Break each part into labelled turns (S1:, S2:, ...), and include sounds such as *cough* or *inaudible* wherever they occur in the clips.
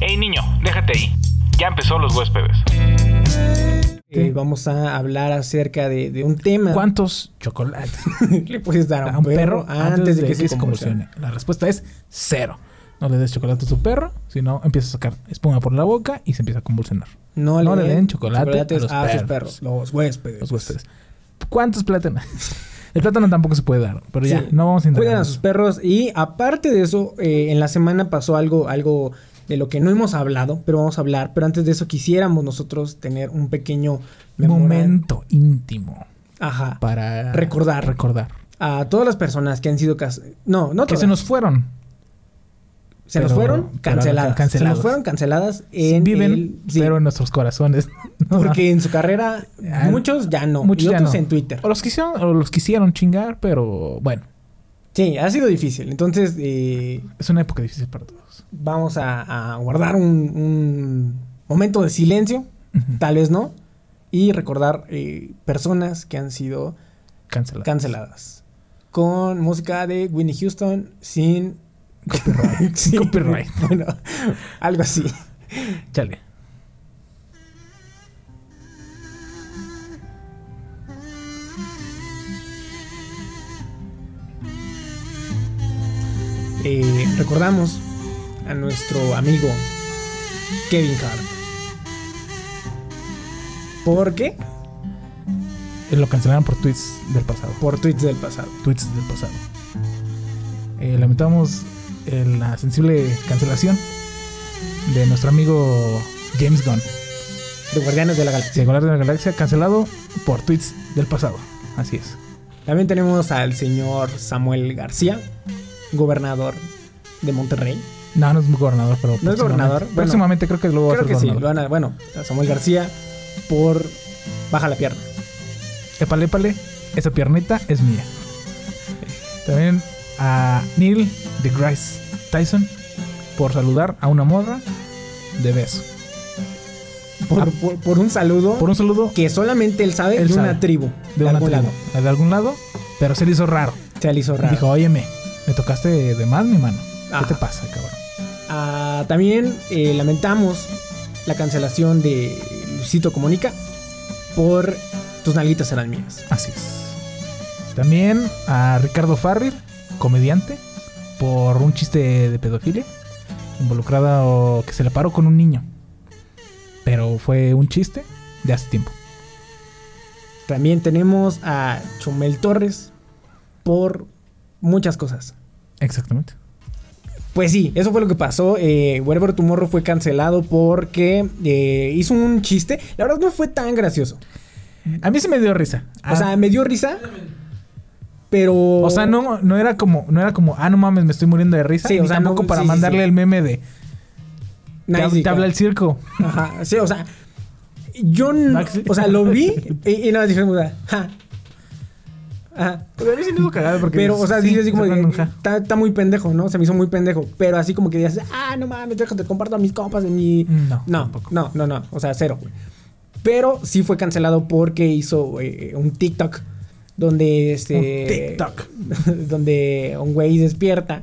S1: Ey niño, déjate ahí. Ya empezó los huéspedes.
S2: Eh, vamos a hablar acerca de, de un tema. *laughs*
S3: ¿Cuántos chocolates
S2: le puedes dar a un, perro, antes de que, se convulsione?
S3: La respuesta es cero. No le des chocolate a tu perro, si no empieza a sacar espuma por la boca y se empieza a convulsionar.
S2: No,
S3: No le den chocolate
S2: chocolates
S3: a los
S2: sus
S3: perros.
S2: perros. Los huéspedes.
S3: Los huéspedes. ¿Cuántos plátanos? *laughs* El plátano tampoco se puede dar, pero ya,
S2: Sí.
S3: no vamos a intentar.
S2: Cuidan a sus perros y aparte de eso, eh, en la semana pasó algo, algo de lo que no hemos hablado, pero vamos a hablar. Pero antes de eso quisiéramos nosotros tener un pequeño memora-
S3: Momento íntimo
S2: Ajá.
S3: para
S2: Recordar.
S3: Recordar.
S2: A todas las personas que han sido cas- no, no
S3: que
S2: todas.
S3: se nos fueron.
S2: Se nos
S3: pero-
S2: fueron
S3: pero
S2: canceladas. Se
S3: canceladas.
S2: nos fueron canceladas en
S3: Viven,
S2: el- sí,
S3: pero en nuestros corazones. *laughs*
S2: porque en su carrera
S3: Ah,
S2: muchos ya no,
S3: Muchos
S2: y
S3: ya
S2: otros
S3: no.
S2: en Twitter.
S3: O los quisieron, o los quisieron chingar, pero bueno,
S2: Sí, ha sido difícil. Entonces eh,
S3: es una época difícil para todos.
S2: vamos a, a guardar un, un momento de silencio,
S3: Ujú.
S2: tal vez no, y recordar eh, personas que han sido
S3: Canceladas.
S2: canceladas. Con música de Winnie Houston sin *laughs* copyright. Sí,
S3: Copyright.
S2: *laughs* Bueno, algo así.
S3: Chale.
S2: Eh, recordamos a nuestro amigo Kevin Hart. ¿Por qué?
S3: Eh, Lo cancelaron por tweets del pasado.
S2: Por tweets del pasado.
S3: Tweets del pasado. Eh, lamentamos eh, la sensible cancelación de nuestro amigo James Gunn.
S2: De Guardianes de la Galaxia.
S3: De Guardianes de la Galaxia cancelado por tweets del pasado. Así es.
S2: También tenemos al señor Samuel García, gobernador de Monterrey.
S3: No, no es gobernador, pero.
S2: ¿No es gobernador? Bueno,
S3: próximamente creo que luego va a
S2: Creo
S3: ser
S2: que sí, lo
S3: gobernador.
S2: van a- bueno, a Samuel García por Baja la pierna.
S3: Épale, épale, esa piernita es mía. También a Neil deGrasse Tyson por saludar a una morra de beso.
S2: Por,
S3: Ah.
S2: por- por un saludo
S3: Por un saludo
S2: que solamente él sabe
S3: Él
S2: de
S3: sabe.
S2: una tribu.
S3: de,
S2: De,
S3: una
S2: algún
S3: tribu,
S2: lado.
S3: de algún lado, pero se le hizo raro.
S2: Se le hizo raro.
S3: Dijo, óyeme, me tocaste de más mi mano.
S2: Ajá.
S3: ¿Qué te pasa, cabrón?
S2: Ah, también eh, lamentamos la cancelación de Luisito Comunica por Tus nalguitas serán mías.
S3: Así es. También a Ricardo Farril, comediante, por un chiste de pedofilia, involucrada o que se le paró con un niño. Pero fue un chiste de hace tiempo.
S2: También tenemos a Chumel Torres por muchas cosas.
S3: Exactamente.
S2: Pues sí, eso fue lo que pasó. Eh, Wherever Tomorrow fue cancelado porque eh, hizo un chiste. La verdad no fue tan gracioso.
S3: A mí se me dio risa.
S2: O sea, me dio risa. Pero.
S3: Ah. o sea, no, no era como, no era como, ah, no mames, me estoy muriendo de risa.
S2: Sí,
S3: ni
S2: o sea,
S3: tampoco
S2: no-
S3: para
S2: sí, sí,
S3: mandarle
S2: sí.
S3: el meme de te,
S2: Nadie
S3: hab-
S2: dijo.
S3: te habla el circo.
S2: Ajá, sí, o sea. Yo. n-
S3: Maxi.
S2: O sea, lo
S3: *laughs*
S2: vi y, y nada más dije, "Ah, ja. Ajá.
S3: Pero a mí sí me hizo cagado porque.
S2: Pero, o sea, sí, así como de,
S3: Fernando, ja.
S2: está, está muy pendejo, ¿no? Se me hizo muy pendejo. Pero así como que dices, ah, no mames, déjate, comparto a mis compas de mi.
S3: No,
S2: No,
S3: tampoco.
S2: no, no, no. O sea, cero, güey. Pero sí fue cancelado porque hizo eh, un TikTok donde este.
S3: Un TikTok.
S2: *laughs* donde un güey despierta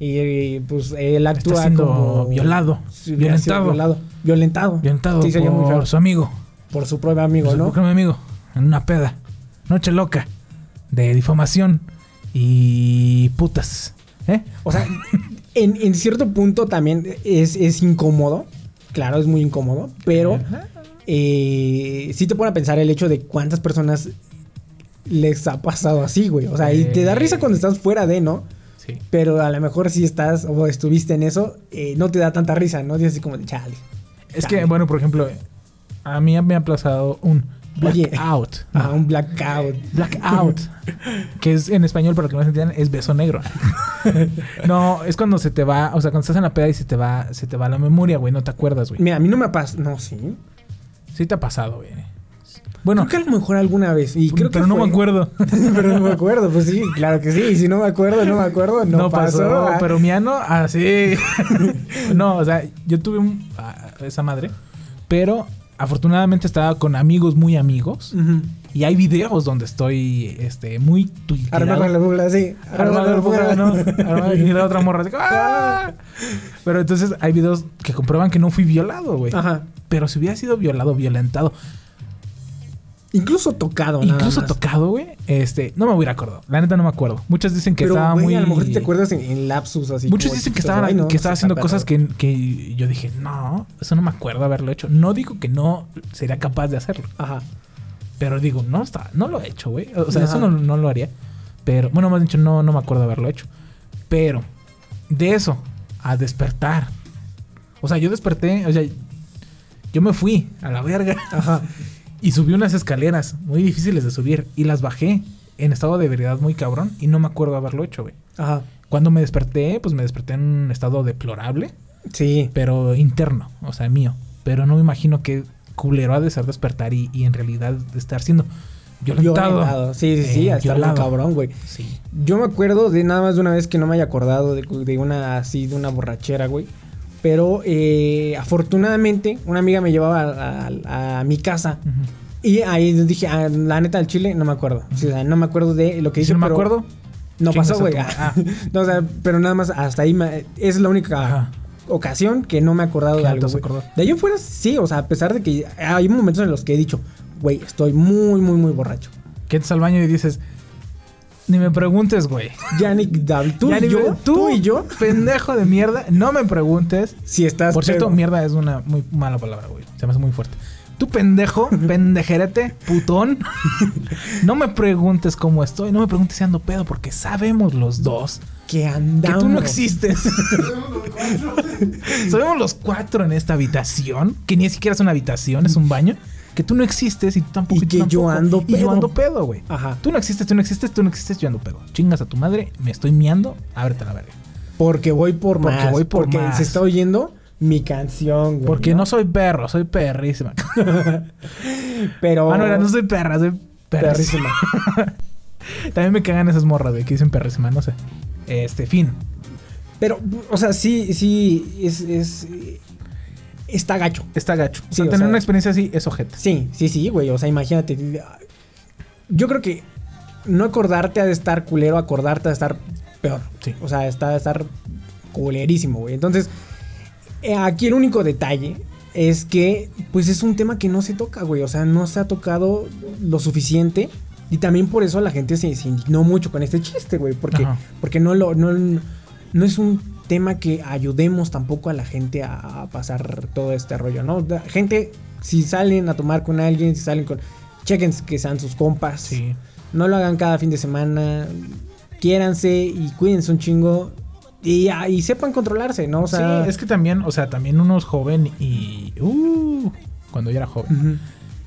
S2: y, eh, pues él actúa
S3: Está siendo
S2: como.
S3: violado,
S2: Sí,
S3: violentado.
S2: ha sido violado. Violentado.
S3: Violentado
S2: Sí, sería
S3: por
S2: muy feo.
S3: su amigo.
S2: Por su propio amigo,
S3: Pues,
S2: ¿no?
S3: ¿por qué no, mi amigo? En una peda. Noche loca. De difamación. Y putas. ¿Eh?
S2: O sea, en, en cierto punto también es, es incómodo. Claro, es muy incómodo. Pero eh, sí te pone a pensar el hecho de cuántas personas les ha pasado así, güey. O sea, y te da risa cuando estás fuera de, ¿no?
S3: Sí.
S2: Pero a lo mejor si estás o estuviste en eso, eh, no te da tanta risa, ¿no? Dices así como de chale.
S3: Es que, bueno, por ejemplo, a mí me ha aplazado un
S2: Oye.
S3: blackout.
S2: Ah, un blackout.
S3: Blackout. que es en español, para que no se entiendan, es
S2: *laughs*
S3: beso negro. no, es cuando se te va, o sea, cuando estás en la peda y se te va, se te va la memoria, güey. No te acuerdas, güey.
S2: Mira, a mí no me pasa. No, sí.
S3: Sí te ha pasado, güey. Bueno,
S2: creo que a lo mejor alguna vez. Y creo
S3: pero
S2: que
S3: no
S2: fue-
S3: me acuerdo.
S2: *laughs* pero no me acuerdo, pues sí, claro que sí. Y si no me acuerdo, no me acuerdo, no, pasó. ah.
S3: Pero miano, así. *laughs* no, o sea, yo tuve un- ah, a- a esa madre. Pero afortunadamente estaba con amigos muy amigos.
S2: Ujú.
S3: Y hay videos donde estoy este, muy tuiteado.
S2: Armar la bugla, sí.
S3: Armar la bugla, ¿no? Armar- y la otra morra así como,
S2: *laughs*
S3: "Ah". Pero entonces hay videos que comprueban que no fui violado, güey.
S2: Ajá.
S3: Pero si hubiera sido violado, violentado,
S2: Incluso tocado, nada
S3: incluso
S2: más.
S3: tocado, güey, este, no me hubiera acordado. La neta no me acuerdo. Muchos dicen que
S2: Pero,
S3: estaba
S2: güey,
S3: muy.
S2: a lo mejor te acuerdas en, en lapsus así.
S3: Muchos
S2: como
S3: dicen que
S2: chiquitos,
S3: estaban
S2: ay, no,
S3: que estaba
S2: sí está
S3: haciendo cosas
S2: perro.
S3: que, que yo dije, no, eso no me acuerdo haberlo hecho. No digo que no sería capaz de hacerlo,
S2: Ajá.
S3: pero digo, no está, no lo he hecho, güey. O sea, eso
S2: Ajá.
S3: no, no lo haría. Pero, bueno, más dicho, no, no me acuerdo haberlo hecho. Pero, de eso, a despertar. O sea, yo desperté, o sea, yo me fui a la verga.
S2: Ajá.
S3: Y subí unas escaleras muy difíciles de subir y las bajé en estado de ebriedad muy cabrón y no me acuerdo haberlo hecho, güey.
S2: Ajá.
S3: Cuando me desperté, pues me desperté en un estado deplorable,
S2: Sí.
S3: pero interno, o sea, mío. Pero no me imagino qué culero ha de ser despertar y, y en realidad estar siendo violentado.
S2: Violentado. Sí, sí, sí.
S3: Eh,
S2: hasta muy
S3: violado.
S2: cabrón, güey.
S3: Sí.
S2: Yo me acuerdo de nada más de una vez que no me haya acordado de, de una así, de una borrachera, güey. Pero eh, afortunadamente, una amiga me llevaba a, a- a mi casa.
S3: Ujú.
S2: Y ahí dije, ah, la neta del chile, no me acuerdo. O sea, no me acuerdo de lo que
S3: Y
S2: hice.
S3: si no me
S2: pero
S3: acuerdo,
S2: No
S3: chingas
S2: pasó,
S3: a tu
S2: güey. *laughs*
S3: madre.
S2: Ah. No, o sea, pero nada más hasta ahí me- es la única
S3: Ajá.
S2: ocasión que no me he acordado
S3: Que
S2: de
S3: no te
S2: algo.
S3: has
S2: güey.
S3: acordado.
S2: De ahí en fuera, sí, o sea, a pesar de que hay momentos en los que he dicho, güey, estoy muy, muy, muy borracho.
S3: que entras al baño y dices, ni me preguntes, güey.
S2: Yannick, Dab- tú
S3: Ya
S2: y
S3: ni
S2: yo,
S3: me-
S2: tú, y yo,
S3: pendejo de mierda, no me preguntes.
S2: si estás.
S3: Por cierto,
S2: pedo.
S3: mierda es una muy mala palabra, güey. Se me hace muy fuerte.
S2: *laughs*
S3: Tú pendejo, pendejerete, putón. *laughs* no me preguntes cómo estoy, no me preguntes si ando pedo, porque sabemos los dos
S2: que
S3: que
S2: andamos.
S3: tú no *laughs* existes. sabemos los cuatro en esta habitación, que ni siquiera es una habitación, es un baño, que tú no existes y tú tampoco.
S2: Y
S3: tú
S2: que yo
S3: tampoco.
S2: ando
S3: Y yo
S2: pedo.
S3: ando pedo, güey.
S2: Ajá.
S3: Tú no existes, tú no existes, tú no existes, yo ando pedo. Chingas a tu madre, me estoy miando, ábrete a la verga.
S2: Porque voy por
S3: Porque
S2: más.
S3: voy por
S2: porque
S3: más.
S2: se está oyendo mi canción, güey.
S3: Porque no soy perro, soy perrísima. *laughs*
S2: Pero.
S3: Ah, no, era, no soy perra, soy perrísima. *laughs*
S2: perrísima.
S3: También me cagan esas morras, güey, que dicen perrísima, no sé. Este, fin.
S2: Pero, o sea, sí, sí, es. es está gacho.
S3: Está gacho. O
S2: Sí,
S3: sea,
S2: o
S3: tener
S2: sea-
S3: una experiencia así es ojete.
S2: Sí, sí, sí, güey. O sea, imagínate. Yo creo que no acordarte ha de estar culero, acordarte ha de estar peor.
S3: Sí.
S2: O sea, está de estar culerísimo, güey. Entonces, eh, aquí el único detalle es que, pues es un tema que no se toca, güey. O sea, no se ha tocado lo suficiente. Y también por eso la gente se, se indignó mucho con este chiste, güey. Porque,
S3: Ajá.
S2: porque no, lo, no, no es un tema que ayudemos tampoco a la gente a, a pasar todo este rollo, ¿no? Da- Gente, si salen a tomar con alguien, si salen con... Chequen que sean sus compas.
S3: Sí.
S2: No lo hagan cada fin de semana. Quiéranse y cuídense un chingo. Y, ah, y sepan controlarse, ¿no? O sea,
S3: sí, es que también, o sea, también uno es joven y. Uh, cuando yo era joven.
S2: Ujú.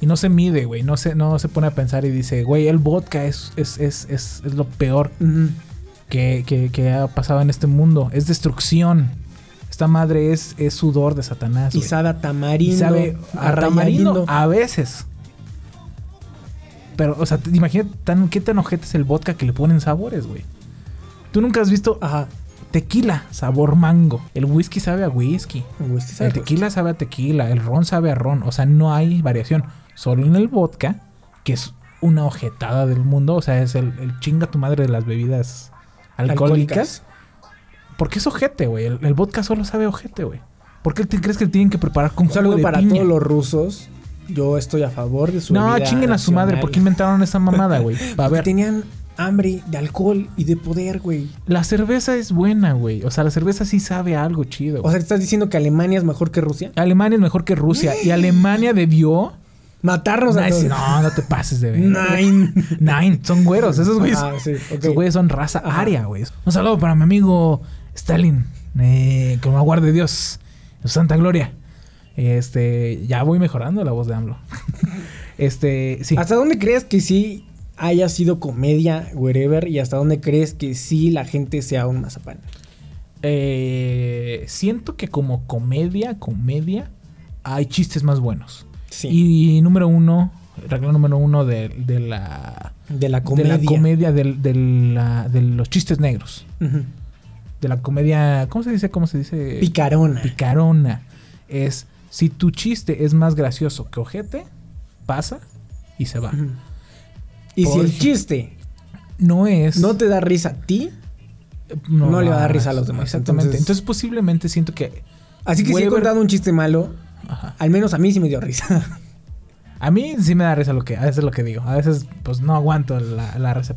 S3: Y no se mide, güey. No se, no se pone a pensar y dice, güey, el vodka es, es, es, es, es lo peor
S2: Ujú.
S3: que, que- que ha pasado en este mundo. Es destrucción. Esta madre es, es sudor de Satanás.
S2: Y
S3: güey.
S2: sabe a tamarindo. Ah,
S3: Y sabe a tamarindo a veces. Pero, o sea, te- imagínate tan, qué tan ojete es el vodka que le ponen sabores, güey. Tú nunca has visto ah,
S2: Ajá.
S3: tequila, sabor mango. El whisky sabe a whisky.
S2: Güey, es que sabe,
S3: El tequila sabe a tequila. El ron sabe a ron. O sea, no hay variación. Solo en el vodka, que es una ojetada del mundo. O sea, es el, el chinga tu madre de las bebidas alcohólicas.
S2: Alcohólicas.
S3: Porque es ojete, güey. El, el vodka solo sabe a ojete, güey. ¿Por qué te crees que tienen que preparar con
S2: Un saludo
S3: jugo de
S2: para
S3: piña?
S2: todos los rusos. Yo estoy a favor de su
S3: No,
S2: bebida
S3: chinguen a su madre,
S2: nacional.
S3: ¿por qué inventaron esa
S2: *laughs*
S3: mamada, güey? A
S2: Porque
S3: ver,
S2: tenían hambre de alcohol y de poder, güey.
S3: la cerveza es buena, güey. O sea, la cerveza sí sabe a algo chido.
S2: O sea, ¿estás diciendo que Alemania es mejor que Rusia?
S3: Alemania es mejor que Rusia y Alemania debió.
S2: Matarnos a
S3: Nice-
S2: todos.
S3: No, no te pases de ver.
S2: Nine.
S3: Nine, son güeros, esos güeyes.
S2: Ah, sí, ok.
S3: Esos güeyes son raza aria, güey. Un saludo para mi amigo Stalin, eh, que me aguarde Dios, en su santa gloria. Este, ya voy mejorando la voz de AMLO. *laughs* Este, sí.
S2: ¿Hasta dónde crees que sí haya sido comedia, wherever? ¿Y hasta dónde crees que sí la gente sea un mazapán?
S3: Eh, siento que como comedia, comedia, hay chistes más buenos.
S2: Sí.
S3: Y número uno, regla número uno de, de la
S2: de la
S3: de
S2: comedia.
S3: la comedia del- del- la- de los chistes negros.
S2: Ujú.
S3: De la comedia, ¿cómo se dice? ¿Cómo se dice?
S2: Picarona.
S3: Picarona. Es, si tu chiste es más gracioso que ojete, pasa y se va.
S2: Ujú. Y si el
S3: Porque
S2: chiste
S3: no es.
S2: no te da risa a ti, no le va a dar risa a los demás,
S3: Exactamente.
S2: entonces-
S3: Entonces, posiblemente siento que.
S2: así que si he
S3: Weber-
S2: contado un chiste malo,
S3: Ajá.
S2: al menos a mí sí me dio risa.
S3: A mí sí me da risa lo que, a veces lo que digo. A veces, pues no aguanto la, la risa,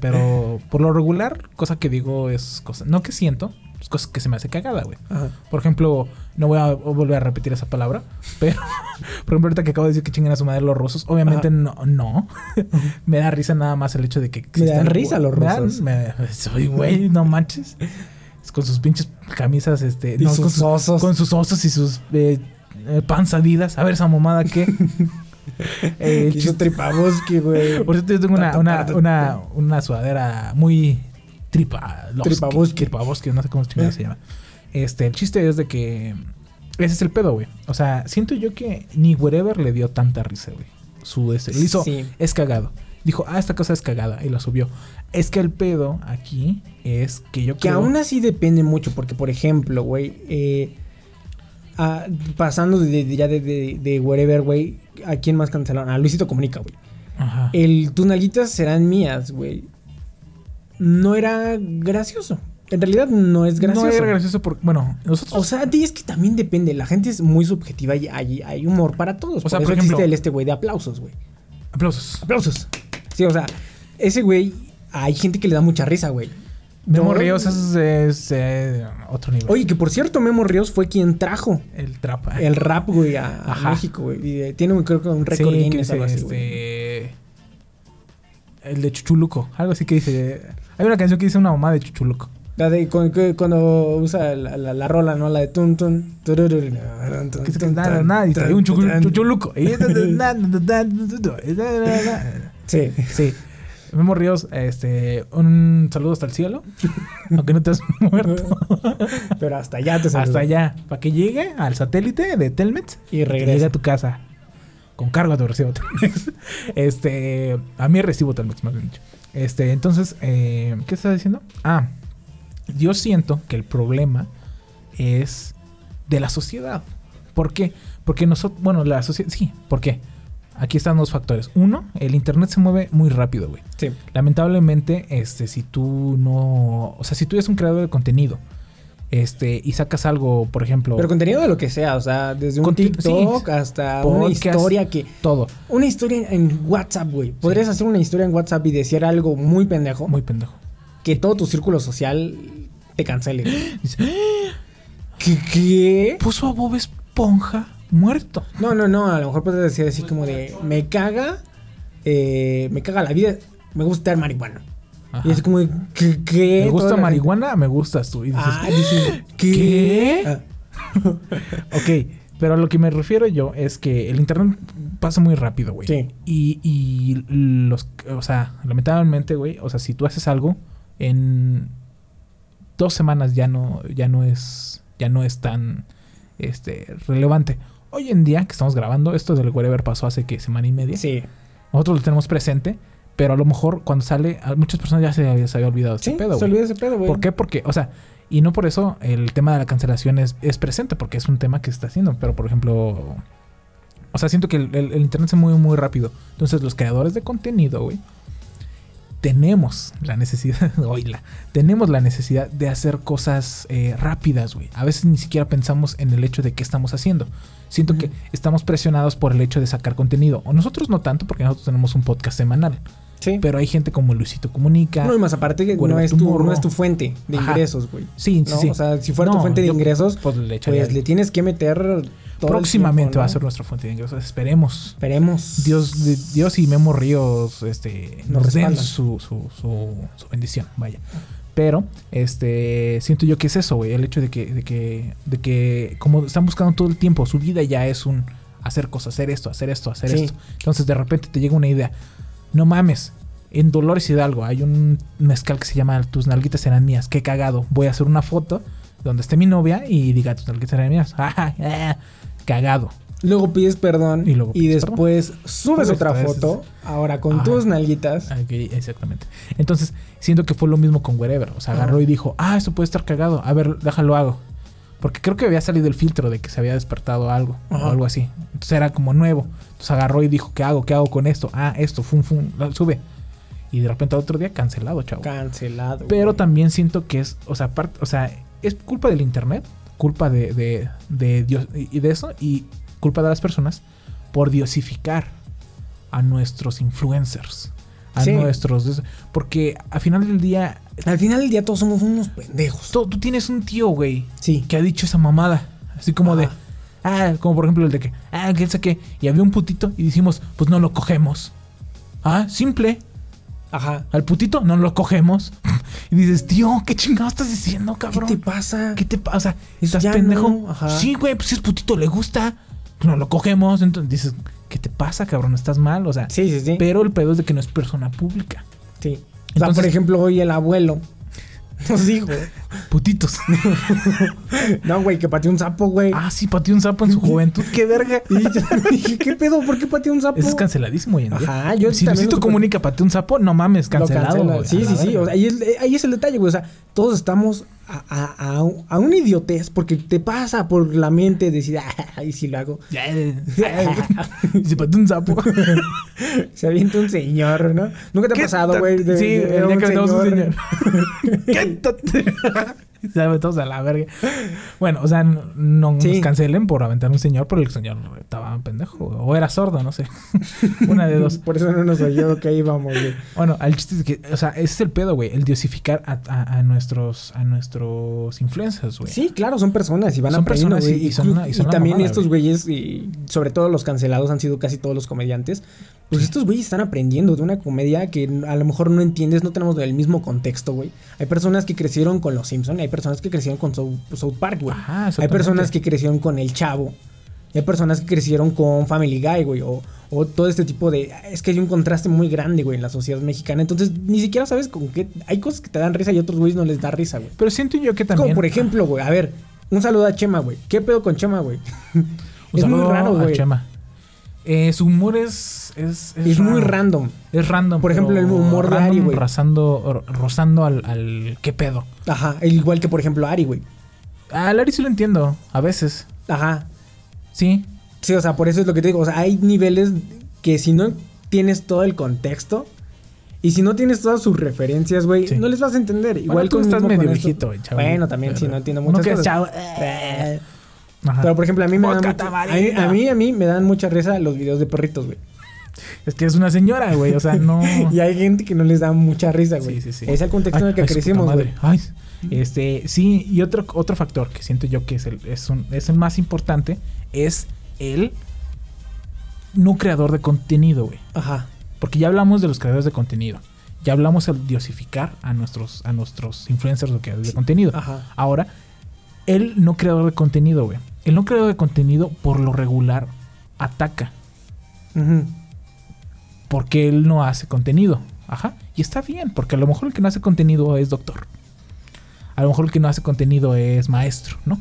S2: Eh.
S3: pero por lo regular, cosa que digo es cosa, no que siento, es cosa que se me hace cagada, güey.
S2: Ajá.
S3: Por ejemplo, no voy a volver a repetir esa palabra, pero *laughs* por ejemplo, ahorita que acabo de decir que chingan a su madre los rusos, obviamente
S2: Ajá.
S3: no, no. *laughs* me da risa nada más el hecho de que existan-
S2: dan risa los
S3: me dan-
S2: rusos.
S3: me- soy güey, no manches. Es con sus pinches camisas, este,
S2: *laughs* Y
S3: no,
S2: sus
S3: con
S2: osos.
S3: con sus osos y sus eh, eh, panzadidas. A ver esa
S2: *laughs*
S3: mamada que *laughs* Eh, el
S2: Y su
S3: chiste-
S2: tripabosque,
S3: *laughs*
S2: güey.
S3: por cierto, yo tengo una,
S2: Ta, ta,
S3: una,
S2: ta, ta,
S3: una, una sudadera muy tripa.
S2: Tripabosque. Eh.
S3: Tripabosque, no sé cómo chingada se llama. Este, el chiste es de que. Ese es el pedo, güey. O sea, siento yo que ni Wherever le dio tanta risa, güey. Su este. Le hizo.
S2: Sí.
S3: Es cagado. Dijo, ah, esta cosa es cagada. Y la subió. Es que el pedo aquí es que yo
S2: Que
S3: creo-
S2: aún así depende mucho, porque por ejemplo, güey, eh, ah, pasando de, de- ya de, de, de wherever, güey, ¿a quién más cancelaron? A Luisito Comunica, güey.
S3: Ajá.
S2: El tus nalguitas serán mías, güey. No era gracioso. En realidad no es gracioso.
S3: No era gracioso porque. Bueno, nosotros.
S2: O sea, di, es que también depende. La gente es muy subjetiva y hay, hay humor para todos.
S3: O sea,
S2: por,
S3: por
S2: eso
S3: ejemplo-
S2: existe el este güey de aplausos, güey.
S3: aplausos.
S2: Aplausos. Sí, o sea, ese güey, hay gente que le da mucha risa, güey.
S3: Memo
S2: Yo-
S3: Ríos es, es, eh, otro nivel.
S2: Oye, que por cierto, Memo Ríos fue quien trajo
S3: El ah. trapa.
S2: el rap, güey, a, a
S3: Ajá.
S2: México, güey. Y, eh, Tiene un, creo que un récord
S3: Sí, que
S2: Guinness,
S3: dice,
S2: algo así, güey.
S3: este, El de Chuchuluco. Algo así que dice. Hay una canción que dice una mamá de Chuchuluco.
S2: La de cu- cu- cuando usa la, la- la rola, ¿no? La de tun tun. turururu,
S3: Que dice que
S2: tun,
S3: nada,
S2: tun,
S3: nada, y
S2: tun,
S3: trae un chucu-
S2: tun. *laughs*
S3: chuchuluco. Y-
S2: Sí.
S3: Sí. Memo Ríos, este, un saludo hasta el cielo. Aunque no te has
S2: *laughs*
S3: muerto.
S2: Pero hasta allá te saludo.
S3: hasta allá. Para que llegue al satélite de Telmet.
S2: Y
S3: que llegue
S2: regresa.
S3: a tu casa. Con cargo a tu *laughs* recibo Telmex. Este. A mí recibo Telmex, más bien dicho. Este, entonces, eh, ¿qué estás diciendo? Ah, yo siento que el problema es de la sociedad. ¿Por qué? Porque nosotros. Bueno, la sociedad. Sí, ¿por qué? Aquí están dos factores. Uno, el internet se mueve muy rápido, güey.
S2: Sí.
S3: Lamentablemente, este, si tú no. O sea, si tú eres un creador de contenido. Este, y sacas algo, por ejemplo.
S2: Pero contenido de lo que sea, o sea, desde un
S3: Conti-
S2: TikTok
S3: sí.
S2: hasta una
S3: Podcast.
S2: historia que.
S3: todo.
S2: Una historia en WhatsApp, güey. Podrías hacer una historia en WhatsApp y decir algo muy pendejo.
S3: Muy pendejo.
S2: Que todo tu círculo social te cancele.
S3: *gasps*
S2: güey.
S3: "Ah".
S2: ¿Qué? ¿Qué?
S3: Puso a Bob Esponja muerto.
S2: No, no, no. A lo mejor puedes decir así como de. Me caga. eh, me caga la vida. Me gusta el marihuana. Y es como de. ¿Qué? qué?
S3: me
S2: Toda
S3: gusta
S2: la
S3: marihuana, me gustas tú. Y
S2: gente-
S3: dices,
S2: Ah, dice. ¿Qué?
S3: ¿Qué?
S2: Ah,
S3: "Ah". ok, pero a lo que me refiero yo es que el internet pasa muy rápido, güey.
S2: Sí.
S3: Y, y los, o sea, lamentablemente, güey, o sea, si tú haces algo, en dos semanas ya no, ya no es, ya no es tan, este, relevante. Hoy en día que estamos grabando, esto del Wherever pasó hace que semana y media.
S2: sí.
S3: Nosotros lo tenemos presente, pero a lo mejor cuando sale, a muchas personas ya se, se había olvidado este
S2: Sí,
S3: pedo,
S2: se
S3: güey.
S2: olvida ese pedo, güey.
S3: ¿Por qué? Porque, o sea, y no por eso el tema de la cancelación es, es presente, porque es un tema que se está haciendo. Pero, por ejemplo, o sea, siento que el, el- el internet se mueve muy rápido. Entonces, los creadores de contenido, güey, tenemos la necesidad, *laughs* oíla, tenemos la necesidad de hacer cosas eh, rápidas, güey. A veces ni siquiera pensamos en el hecho de qué estamos haciendo. Siento que
S2: Ujú.
S3: estamos presionados por el hecho de sacar contenido. O nosotros no tanto, porque nosotros tenemos un podcast semanal.
S2: Sí.
S3: Pero hay gente como Luisito Comunica.
S2: No, y más aparte que no
S3: Whatever
S2: es, tu,
S3: Tomorrow.
S2: no es tu fuente de
S3: Ajá.
S2: ingresos, güey.
S3: Sí, sí,
S2: ¿no?
S3: sí.
S2: O sea, si fuera tu
S3: No,
S2: fuente de
S3: yo,
S2: ingresos,
S3: pues, le echaría-
S2: pues le tienes que meter todo el
S3: próximamente
S2: tiempo,
S3: va a
S2: ¿no?
S3: ser nuestra fuente de ingresos. Esperemos.
S2: Esperemos.
S3: Dios, de- Dios y Memo Ríos este,
S2: Nos
S3: nos, den
S2: respaldan.
S3: su, su, su, su bendición, vaya. Pero, este, siento yo que es eso, güey. El hecho de que, de que, de que, como están buscando todo el tiempo, su vida ya es un hacer cosas, hacer esto, hacer esto, hacer
S2: Sí.
S3: esto. Entonces, de repente te llega una idea. No mames, en Dolores Hidalgo hay un mezcal que se llama Tus nalguitas serán mías. Qué cagado. Voy a hacer una foto donde esté mi novia y diga tus nalguitas serán mías. *laughs* Ah, ah, cagado.
S2: Luego pides perdón y,
S3: Y luego pides
S2: después
S3: Pues
S2: subes
S3: Subes
S2: otra
S3: otra vez.
S2: foto, ahora con
S3: Ajá.
S2: tus nalguitas.
S3: Ok, exactamente. Entonces, siento que fue lo mismo con Wherever. O sea, agarró y dijo, ah, esto puede estar cagado. A ver, déjalo hago. Porque creo que había salido el filtro de que se había despertado algo
S2: Ajá.
S3: o algo así. Entonces era como nuevo. Entonces agarró y dijo, ¿qué hago? ¿Qué hago con esto? Ah, esto, fum, fum, lo- sube. Y de repente al otro día cancelado, chavo.
S2: Cancelado.
S3: Pero
S2: güey.
S3: también siento que es, o sea, aparte, o sea, es culpa del internet, culpa de, de, de Dios y de eso, y culpa de las personas por diosificar a nuestros influencers, a
S2: Sí.
S3: nuestros. Porque al final del día, pues,
S2: Al final del día todos somos unos pendejos.
S3: tú, tú tienes un tío, güey,
S2: Sí.
S3: que ha dicho esa mamada, así como de.
S2: Ajá.
S3: Ah, como por ejemplo el de que, ah, que saqué, y había un putito y dijimos, pues no lo cogemos. Ah, simple.
S2: Ajá.
S3: Al putito no lo cogemos. *laughs* y dices, tío, ¿qué chingado estás diciendo,
S2: ¿Qué
S3: cabrón?
S2: te pasa?
S3: ¿Qué te pasa?
S2: Eso
S3: ¿Estás
S2: ya
S3: pendejo?
S2: no, ajá.
S3: Sí, güey, pues si es putito, le gusta. No lo cogemos. Entonces dices, ¿qué te pasa, cabrón? ¿Estás mal? O sea,
S2: Sí, sí, sí.
S3: pero el pedo es de que no es persona pública.
S2: Sí. O sea, por
S3: Entonces-
S2: ejemplo, hoy el abuelo *laughs* nos dijo. *laughs*
S3: Putitos.
S2: No, güey, que pateó un sapo, güey.
S3: ah, sí, pateó un sapo en su juventud. ¡Qué verga!
S2: Y yo dije, ¿qué pedo? ¿Por qué pateó un sapo?
S3: Eso es canceladísimo hoy en día.
S2: Ajá, yo
S3: si
S2: también lo
S3: Luisito
S2: supe-
S3: comunica pateó un sapo, no mames,
S2: Lo
S3: cancelado.
S2: cancela.
S3: güey. A
S2: Sí,
S3: la
S2: sí, sí.
S3: verga.
S2: O sea, ahí, es, ahí es el detalle, güey. O sea, todos estamos a, a, a, un- a una idiotez porque te pasa por la mente decir, ay, si lo hago.
S3: Ya, eh, *laughs* se pateó
S2: *laughs*
S3: un sapo.
S2: Se avienta un señor, ¿no? Nunca te ha
S3: ¿Qué
S2: pasado,
S3: ta-
S2: güey. de-
S3: Sí,
S2: de- de
S3: el día
S2: un
S3: que aventamos un
S2: señor. *laughs*
S3: señor. *laughs* ¿Qué *laughs* ta- Sabe, todos a la verga. Bueno, o sea, n- no nos
S2: Sí.
S3: cancelen por aventar un señor, pero el señor estaba pendejo. O era sordo, no sé. *laughs* Una de dos.
S2: Por eso no nos oyó que íbamos, güey.
S3: Bueno, el chiste es que, o sea, ese es el pedo, güey. El diosificar a, a- a nuestros, a nuestros influencers, güey.
S2: Sí, claro, son personas y van
S3: Son
S2: aprendiendo,
S3: personas y-
S2: güey.
S3: y son una- y son la
S2: también
S3: mamada,
S2: estos güeyes, y sobre todo los cancelados, han sido casi todos los comediantes. Pues estos güeyes están aprendiendo de una comedia que a lo mejor no entiendes, no tenemos el mismo contexto, güey. Hay personas que crecieron con Los Simpson, hay personas que crecieron con South, South Park, güey.
S3: Ajá,
S2: Hay
S3: exactamente.
S2: personas que crecieron con El Chavo. Hay personas que crecieron con Family Guy, güey. O, o todo este tipo de... Es que hay un contraste muy grande, güey, en la sociedad mexicana. Entonces, ni siquiera sabes con qué... Hay cosas que te dan risa y otros güeyes no les da risa, güey.
S3: Pero siento yo que
S2: Es
S3: también.
S2: Como por ejemplo, güey, a ver, un saludo a Chema, güey. ¿Qué pedo con Chema, güey?
S3: *laughs* Un
S2: es muy
S3: saludo
S2: raro,
S3: a
S2: güey.
S3: Chema. Eh, su humor es. Es,
S2: Es muy random.
S3: Es random.
S2: Por ejemplo,
S3: pero
S2: el humor de
S3: random
S2: Ari, güey.
S3: Rozando, rozando al, al. ¿Qué pedo?
S2: Ajá, igual que por ejemplo Ari, güey.
S3: A Larry sí lo entiendo, a veces.
S2: Ajá.
S3: Sí.
S2: Sí, o sea, por eso es lo que te digo. O sea, hay niveles que si no tienes todo el contexto y si no tienes todas sus referencias, güey,
S3: Sí.
S2: no les vas a entender. Igual
S3: tú
S2: con-
S3: estás
S2: mismo
S3: medio
S2: con esto.
S3: viejito, güey, chavo.
S2: Bueno, también
S3: Pero-
S2: sí, no entiendo
S3: Uno
S2: muchas
S3: que es
S2: cosas.
S3: chavo,
S2: Eh.
S3: Ajá.
S2: Pero por ejemplo, a mí me dan
S3: Vodka
S2: mucha- a mí,
S3: tamarindo.
S2: a mí a mí me dan mucha risa los videos de perritos, güey.
S3: Es que es una señora, güey.
S2: *laughs*
S3: O sea, no.
S2: Y hay gente que no les da mucha risa, güey.
S3: Sí, sí, sí.
S2: Es el contexto en el
S3: Ay,
S2: que
S3: ay, su puta
S2: crecimos,
S3: madre.
S2: güey.
S3: Ay, este, sí, y otro, otro factor que siento yo que es el, es, un- es el más importante es el no creador de contenido, güey.
S2: Ajá.
S3: Porque ya hablamos de los creadores de contenido. Ya hablamos de diosificar a nuestros, a nuestros influencers o creadores de contenido.
S2: Ajá.
S3: Ahora, el no creador de contenido, güey. El no creador de contenido, por lo regular, ataca.
S2: Ujú.
S3: Porque él no hace contenido. Ajá. Y está bien, porque a lo mejor el que no hace contenido es doctor. A lo mejor el que no hace contenido es maestro, ¿no?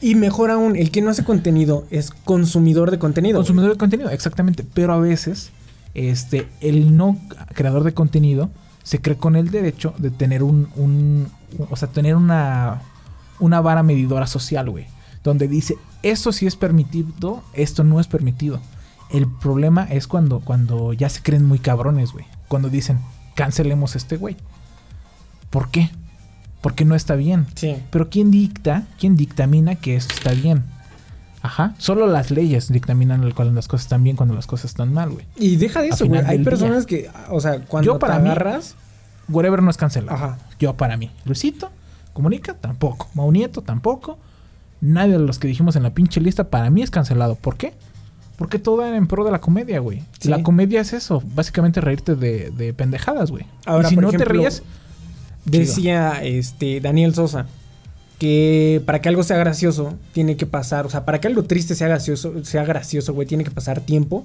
S2: Y mejor aún, el que no hace contenido es consumidor de contenido. güey.
S3: Consumidor de contenido, exactamente. Pero a veces, este, el no creador de contenido se cree con el derecho de tener un, un- o sea, tener una, una vara medidora social, güey. Donde dice, esto sí es permitido, esto no es permitido. El problema es cuando, cuando ya se creen muy cabrones, güey. Cuando dicen, cancelemos a este güey. ¿Por qué? Porque no está bien.
S2: Sí.
S3: Pero ¿quién dicta? ¿Quién dictamina que esto está bien? Ajá. Solo las leyes dictaminan el- cuando las cosas están bien, cuando las cosas están mal, güey.
S2: Y deja de
S3: A
S2: eso, güey.
S3: final
S2: Hay
S3: del
S2: personas que, o sea, cuando
S3: Yo para
S2: te
S3: mí-
S2: agarras.
S3: Whatever no es cancelado.
S2: Ajá.
S3: Yo para mí. Luisito, comunica, tampoco. Maunieto, tampoco. Nadie de los que dijimos en la pinche lista para mí es cancelado. ¿Por qué? Porque todo era en pro de la comedia, güey.
S2: Sí.
S3: La comedia es eso, básicamente reírte de, de pendejadas, güey.
S2: Ahora,
S3: y si
S2: por
S3: no te
S2: ejemplo,
S3: ríes,
S2: Decía este Daniel Sosa que para que algo sea gracioso tiene que pasar, o sea, para que algo triste sea gracioso, sea gracioso, güey, tiene que pasar tiempo.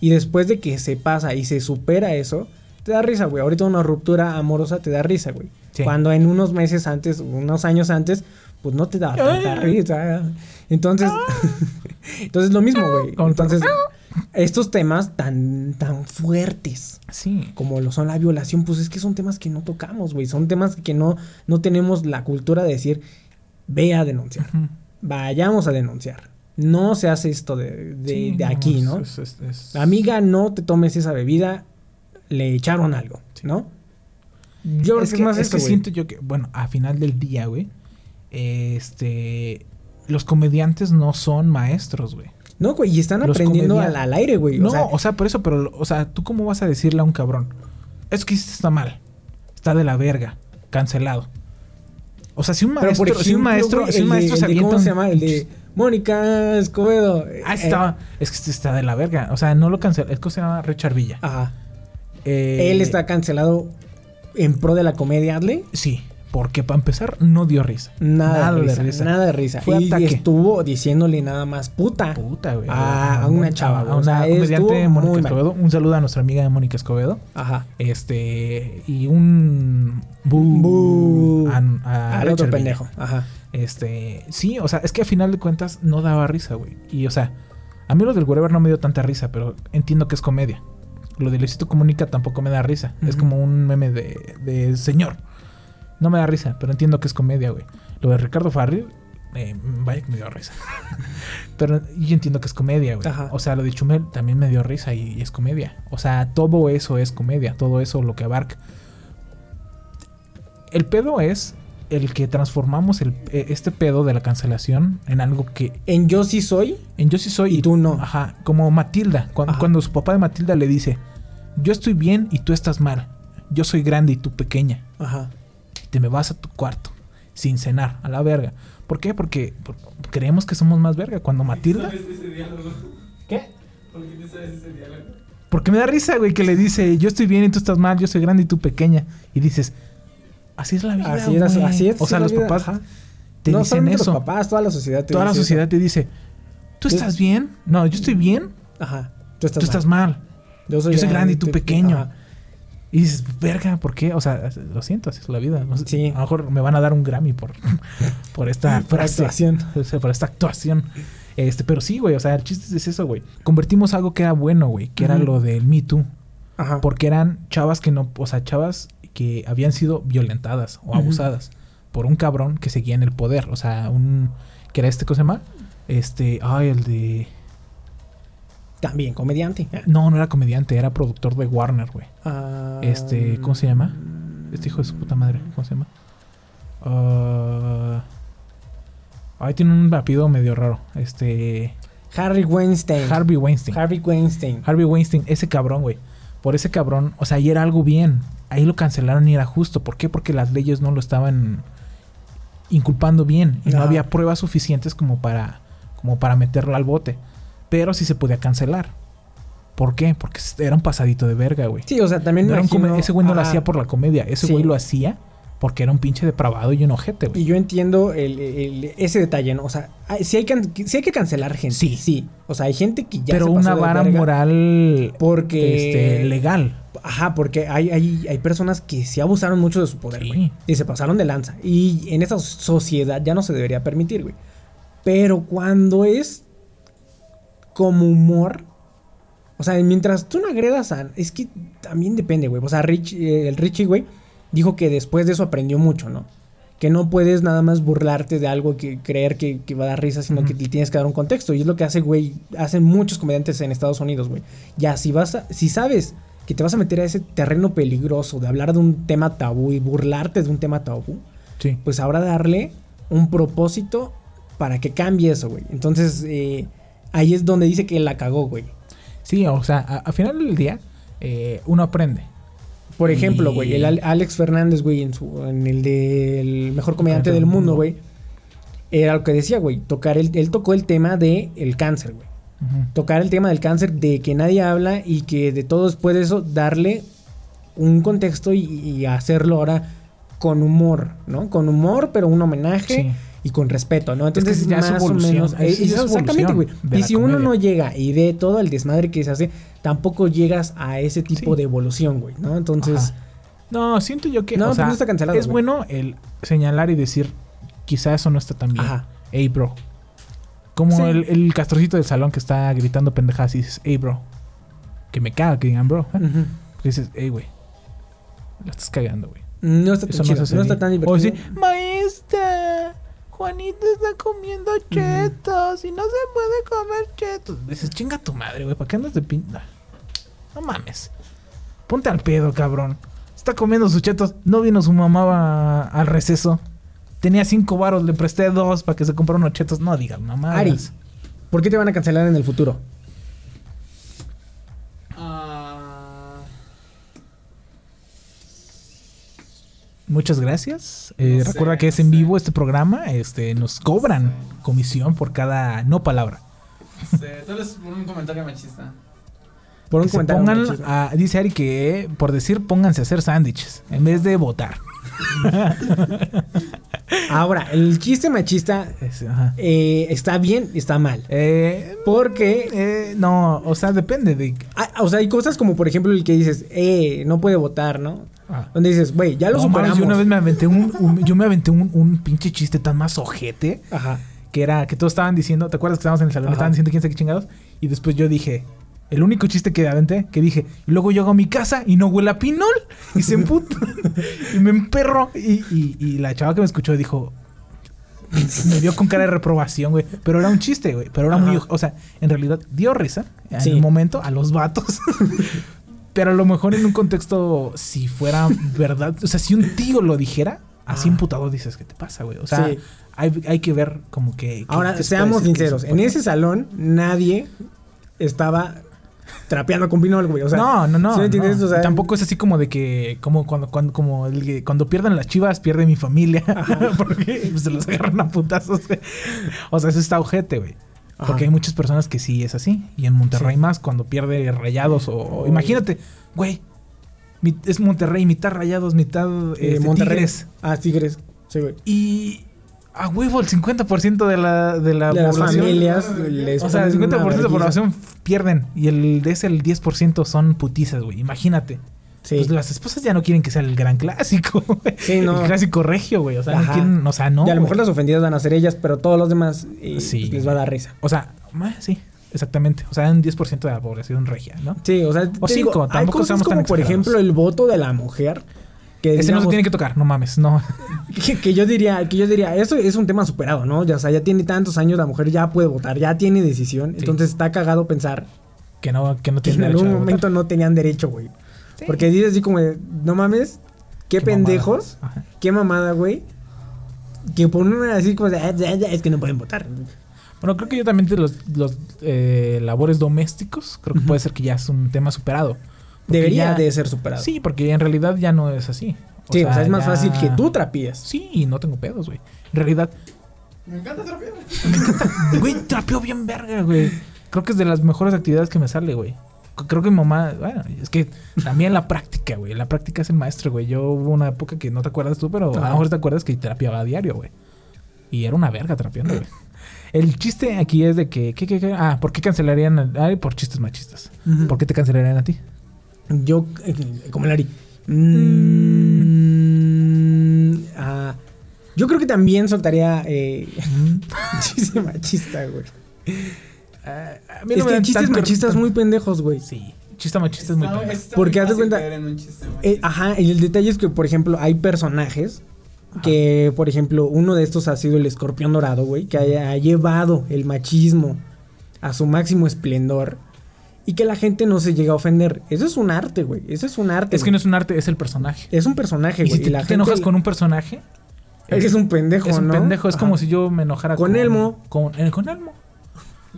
S2: Y después de que se pasa y se supera eso, te da risa, güey. Ahorita una ruptura amorosa te da risa, güey.
S3: Sí.
S2: Cuando en unos meses antes, unos años antes, pues no te da tanta risa. Entonces, *laughs* entonces lo mismo, güey.
S3: Como el perro.
S2: Entonces, estos temas tan tan fuertes
S3: sí.
S2: como lo son la violación, pues es que son temas que no tocamos, güey. Son temas que no, no tenemos la cultura de decir, ve a denunciar,
S3: Ujú.
S2: vayamos a denunciar. No se hace esto de, de-
S3: Sí,
S2: de aquí,
S3: es-
S2: ¿no?
S3: es- es- es-
S2: Amiga, no te tomes esa bebida. le echaron algo, ¿no? Yo creo
S3: es que más es
S2: esto,
S3: que
S2: güey.
S3: siento yo que, bueno, a final del día, güey, este, los comediantes no son maestros, güey.
S2: No, güey, y están
S3: Los
S2: aprendiendo al,
S3: comedian-
S2: al aire, güey.
S3: No,
S2: o sea,
S3: por eso, pero, o sea, ¿tú cómo vas a decirle a un cabrón? Es que esto está mal, está de la verga, cancelado. O sea, si un maestro,
S2: pero por ejemplo,
S3: si un maestro,
S2: güey,
S3: si un
S2: el de-
S3: maestro
S2: el
S3: se
S2: de-
S3: avienta
S2: ¿Cómo
S3: un-
S2: se llama? El de Mónica Escobedo.
S3: Ah,
S2: Eh,
S3: estaba, es que este está de la verga, o sea, no lo cancela, es que se llama Richard Villa.
S2: Ajá.
S3: Eh,
S2: Él está cancelado en pro de la comedia, Adley.
S3: Sí, porque para empezar no dio risa.
S2: Nada, de risa, Nada de risa.
S3: Fue
S2: y
S3: ataque.
S2: estuvo diciéndole nada más puta.
S3: Puta, güey.
S2: Ah, a una chava, güey.
S3: A
S2: O sea,
S3: una comediante
S2: estuvo
S3: Mónica
S2: muy mal.
S3: Escobedo. Un saludo a nuestra amiga Mónica Escobedo.
S2: Ajá.
S3: Este. Y un. bu-
S2: Bu-
S3: a- a
S2: Al
S3: Ah, Richard
S2: otro
S3: Villa.
S2: pendejo. Ajá.
S3: Este. Sí, o sea, es que a final de cuentas no daba risa, güey. Y, o sea, a mí lo del Wherever no me dio tanta risa, pero entiendo que es comedia. Lo de Luisito Comunica tampoco me da risa. Es
S2: Ujú.
S3: como un meme de, de señor. No me da risa, pero entiendo que es comedia, güey. Lo de Ricardo Farril, eh, vaya que me dio risa. pero yo entiendo que es comedia, güey.
S2: Ajá.
S3: O sea, lo de Chumel también me dio risa y, y es comedia. O sea, todo eso es comedia, todo eso lo que abarca. El pedo es el que transformamos el- eh, este pedo de la cancelación en algo que
S2: En Yo sí soy.
S3: en Yo sí soy.
S2: Y tú no.
S3: Ajá. Como Matilda. cuan- Cuando,
S2: Ajá.
S3: su papá de Matilda le dice: Yo estoy bien y tú estás mal. Yo soy grande y tú pequeña.
S2: Ajá.
S3: Y te me vas a tu cuarto. Sin cenar. A la verga. ¿Por qué? Porque por- creemos que somos más verga. Cuando Matilda. ¿Qué? Porque me da risa, güey, que le dice: Yo estoy bien y tú estás mal. Yo soy grande y tú pequeña. Y dices: Así es la vida.
S2: Así era-
S3: güey".
S2: así es
S3: O sea,
S2: la
S3: los
S2: vida,
S3: papás
S2: ajá.
S3: te
S2: no
S3: dicen
S2: solamente
S3: eso.
S2: los papás, toda la sociedad. te
S3: Toda la
S2: dice eso.
S3: sociedad te dice:
S2: Tú-
S3: ¿Tú estás bien? No, yo estoy bien.
S2: Ajá. Tú estás,
S3: Tú estás mal.
S2: Yo
S3: Yo soy grande y tú pequeño.
S2: Ajá.
S3: Y dices, verga, ¿por qué? O sea, lo siento, así es la vida. No sé,
S2: Sí.
S3: A lo mejor me van a dar un Grammy por, *laughs* por esta
S2: Por
S3: frase.
S2: actuación.
S3: *laughs* O sea, por esta actuación. Este, pero sí, güey. O sea, el chiste es eso, güey. Convertimos algo que era bueno, güey. Que era
S2: Ujú.
S3: lo del Me Too.
S2: Ajá.
S3: Porque eran chavas que no. O sea, chavas que habían sido violentadas o
S2: Ujú.
S3: abusadas por un cabrón que seguía en el poder. O sea, un. que era este, ¿cómo se llama? Este. Ay, el de.
S2: También comediante.
S3: No, no era comediante, era productor de Warner, güey.
S2: Ah,
S3: Este, ¿cómo se llama? Este hijo de su puta madre, ¿cómo se llama? Ah, ay, tiene un apellido medio raro. Este.
S2: Harry Weinstein.
S3: Harvey Weinstein.
S2: Harvey Weinstein.
S3: Harvey Weinstein, ese cabrón, güey. Por ese cabrón, o sea, ahí era algo bien. Ahí lo cancelaron y era justo. ¿Por qué? Porque las leyes no lo estaban inculpando bien. Y no
S2: Ajá.
S3: había pruebas suficientes como para, como para meterlo al bote. Pero sí se podía cancelar. ¿Por qué? Porque era un pasadito de verga, güey.
S2: Sí, o sea, también
S3: No era un
S2: imagino-
S3: come- ese güey no lo
S2: ajá.
S3: hacía por la comedia. Ese
S2: Sí.
S3: güey lo hacía porque era un pinche depravado y un ojete,
S2: Y
S3: güey.
S2: yo entiendo el, el- ese detalle, ¿no? O sea, hay- sí hay, can- sí hay que cancelar gente.
S3: Sí.
S2: Sí. O sea, hay gente que ya
S3: Pero
S2: se pasó
S3: una
S2: de
S3: vara
S2: verga
S3: moral
S2: Porque.
S3: este, legal.
S2: Ajá, porque hay, hay, hay personas que sí abusaron mucho de su poder,
S3: Sí.
S2: güey. Y se pasaron de lanza. Y en esa sociedad ya no se debería permitir, güey. Pero cuando es como humor. O sea, mientras tú no agredas a. Es que también depende, güey. O sea, Rich, eh, el Richie, güey, dijo que después de eso aprendió mucho, ¿no? Que no puedes nada más burlarte de algo que creer que, que va a dar risa, sino que
S3: Ujú.
S2: le tienes que dar un contexto. Y es lo que hace, güey, hacen muchos comediantes en Estados Unidos, güey. Ya, si vas a- si sabes que te vas a meter a ese terreno peligroso de hablar de un tema tabú y burlarte de un tema tabú,
S3: Sí.
S2: pues ahora darle un propósito para que cambie eso, güey. Entonces, eh, ahí es donde dice que la cagó, güey.
S3: Sí, o sea, a- al final del día, eh, uno aprende.
S2: Por ejemplo, güey, el
S3: Y-
S2: Al- Alex Fernández, güey, en, su- en el del mejor comediante
S3: Comediante
S2: del
S3: del
S2: mundo,
S3: mundo.
S2: güey, era lo que decía, güey, tocar el, él tocó el tema del cáncer, güey.
S3: Ujú.
S2: Tocar el tema del cáncer de que nadie habla y que de todo después de eso darle un contexto y, y hacerlo ahora con humor, ¿no? Con humor, pero un homenaje.
S3: Sí.
S2: y con respeto, ¿no? Entonces,
S3: ya es
S2: más
S3: evolución,
S2: o menos.
S3: ahí sí
S2: eh,
S3: ya es
S2: exactamente, güey.
S3: evolución de
S2: Y
S3: la
S2: si uno
S3: comedia.
S2: no llega y de todo el desmadre que se hace, tampoco llegas a ese tipo
S3: Sí.
S2: de evolución, güey, ¿no? Entonces,
S3: Ajá. No, siento yo que.
S2: No,
S3: o
S2: pues
S3: sea,
S2: no está cancelado,
S3: Es
S2: güey.
S3: bueno el señalar y decir, quizá eso no está tan bien.
S2: Ajá.
S3: Ey, bro. Como
S2: Sí.
S3: el, el castrocito del salón que está gritando pendejadas y dices, hey, bro. Que me caga que digan, bro.
S2: ujú.
S3: Que dices, hey, güey. La estás cagando, güey.
S2: no está tan
S3: Eso no,
S2: chido,
S3: se hace
S2: no está
S3: bien.
S2: tan divertido.
S3: O sí, maestra, Juanito está comiendo chetos y no se puede comer chetos. Dices, chinga tu madre, güey, ¿para qué andas de pinta? No mames. Ponte al pedo, cabrón. Está comiendo sus chetos. No vino su mamá va- al receso. Tenía cinco varos, le presté dos para que se comprara unos chetos. No digas, mamá.
S2: Ari, ¿por qué te van a cancelar en el futuro?
S4: Ah,
S3: Muchas gracias. Eh,
S4: No sé,
S3: recuerda que es
S4: no
S3: en
S4: sé.
S3: vivo este programa. Este, nos cobran comisión por cada no palabra.
S4: este, tal vez por un comentario machista.
S2: Por un
S3: Que se
S2: comentario.
S3: pongan
S2: machista.
S3: a- dice Ari que por decir pónganse a hacer sándwiches en vez de *laughs* votar.
S2: Ahora, el chiste machista
S3: Es- ajá.
S2: eh, está bien, está mal.
S3: Eh,
S2: Porque,
S3: eh, no, o sea, depende de.
S2: ah, o sea, hay cosas como, por ejemplo, el que dices, eh, no puede votar, ¿no?
S3: Ah.
S2: Donde dices, güey, ya lo
S3: No, mames,
S2: superamos.
S3: yo una vez me aventé un, un- yo me aventé un, un pinche chiste tan más ojete
S2: Ajá.
S3: que era que todos estaban diciendo, ¿te acuerdas que estábamos en el salón?
S2: Ajá.
S3: Estaban diciendo quién sabe qué chingados y después yo dije, el único chiste que aventé, que dije, y luego llego a mi casa y no huele a pinol y
S2: *laughs*
S3: se emput y me emperro y, y- y la chava que me escuchó dijo me vio con cara de reprobación, güey. Pero era un chiste, güey. Pero era muy.
S2: Ajá.
S3: O sea, en realidad dio risa en
S2: Sí.
S3: el momento a los vatos. *laughs* Pero a lo mejor en un contexto, si fuera verdad, o sea, si un tío lo dijera, así
S2: Ah.
S3: imputado dices, ¿qué te pasa, güey? O sea,
S2: Sí.
S3: hay, hay que ver como que... que-
S2: Ahora,
S3: que se
S2: seamos
S3: puede decir que
S2: sinceros.
S3: se
S2: En
S3: puede.
S2: ese salón, nadie estaba trapeando con pinol, güey. O sea,
S3: no, no, no.
S2: ¿sí me entiendes?
S3: no.
S2: O sea,
S3: Tampoco es así como de que, como cuando, cuando, como el que- cuando pierdan las chivas, pierde mi familia. *laughs* porque pues, se los agarran a putazos. güey. O sea, eso está ojete, güey.
S2: Ajá.
S3: Porque hay muchas personas que sí es así. Y en Monterrey más, cuando pierde rayados o. o
S2: Oy.
S3: imagínate, güey. mi- es Monterrey, mitad rayados, mitad
S2: eh,
S3: este,
S2: Monterrey.
S3: Tigres.
S2: Ah, Tigres. Sí, güey.
S3: Y a huevo el 50% de la, de la
S2: De las
S3: población.
S2: familias les
S3: O sea, el
S2: ponen una
S3: 50% de la
S2: vergüenza.
S3: población pierden y el de ese el 10% son putizas, güey. Imagínate.
S2: Sí.
S3: Pues las esposas ya no quieren que sea el gran clásico. *laughs* güey.
S2: Sí, no.
S3: El clásico regio, güey. O sea,
S2: Ajá.
S3: no quieren, o sea, no.
S2: y a lo
S3: güey.
S2: mejor las ofendidas van a ser ellas, pero todos los demás eh,
S3: Sí.
S2: pues, les va a dar risa.
S3: O sea, ma- sí, exactamente. O sea, un 10% de la población regia, ¿no?
S2: Sí, o sea,
S3: O
S2: te
S3: cinco,
S2: digo, hay
S3: tampoco
S2: cosas
S3: seamos tan
S2: como, por
S3: exagerados.
S2: ejemplo, el voto de la mujer. Que,
S3: Ese no
S2: digamos,
S3: se tiene que tocar, no mames, no.
S2: *laughs*
S3: *laughs*
S2: que, que yo diría, que yo diría, eso es un tema superado, ¿no? Ya, o sea, ya tiene tantos años, la mujer ya puede votar, ya tiene decisión. Entonces está cagado pensar
S3: Que no, que no
S2: que
S3: tiene
S2: en
S3: derecho
S2: algún
S3: a votar.
S2: momento no tenían derecho, güey.
S3: Sí.
S2: Porque dices así como, de, no mames, qué,
S3: Qué
S2: pendejos,
S3: mamada. Ajá.
S2: qué mamada, güey. Que por una así como de, "Ah, ya, ya, es que no pueden votar.
S3: Bueno, creo que yo también de los, los eh, labores domésticos, creo que
S2: Ujú.
S3: puede ser que ya es un tema superado. Porque
S2: Debería
S3: ya-
S2: de ser superado.
S3: Sí, porque en realidad ya no es así.
S2: Sí, o sea, es más
S3: ya-
S2: fácil que tú trapíes.
S3: Sí, y no tengo pedos, güey. En realidad,
S4: Me encanta trapear.
S3: Güey, trapeó bien verga, güey. Creo que es de las mejores actividades que me sale, güey. C- Creo que mi mamá, bueno, es que también la práctica, güey. La práctica es el maestro, güey. Yo hubo una época que no te acuerdas tú, pero a
S2: Ajá.
S3: lo mejor te acuerdas que trapeaba a diario, güey. Y era una verga trapeando, güey. El chiste aquí es de que, ¿qué, qué, qué? Ah, ¿por qué cancelarían a Ari por chistes machistas?
S2: Ujú.
S3: ¿Por qué te cancelarían a ti?
S2: Yo, eh, como el Ari. Mm, ah, yo creo que también soltaría eh, *laughs* chiste machista, güey. Es que chistes machistas muy pendejos, güey.
S3: Sí, chiste machista es muy...
S4: Está-
S3: pendejo.
S4: está
S2: Porque
S4: muy
S2: haz de
S4: fácil
S2: cuenta-
S4: caer en un chiste
S2: Eh,
S4: machista.
S2: ajá, y el detalle es que, por ejemplo, hay personajes que, por ejemplo, uno de estos ha sido el escorpión dorado, güey, que ha, ha llevado el machismo a su máximo esplendor y que la gente no se llega a ofender. Eso es un arte, güey. Eso es un arte.
S3: Es que no
S2: güey.
S3: es un arte, es el personaje.
S2: Es un personaje,
S3: Y
S2: güey.
S3: si te,
S2: la
S3: tú
S2: gente-
S3: te enojas con un personaje...
S2: Eres un pendejo,
S3: es un
S2: ¿no?
S3: pendejo. Es
S2: Ajá.
S3: como si yo me enojara
S2: Con Elmo.
S3: Con, eh, con Elmo.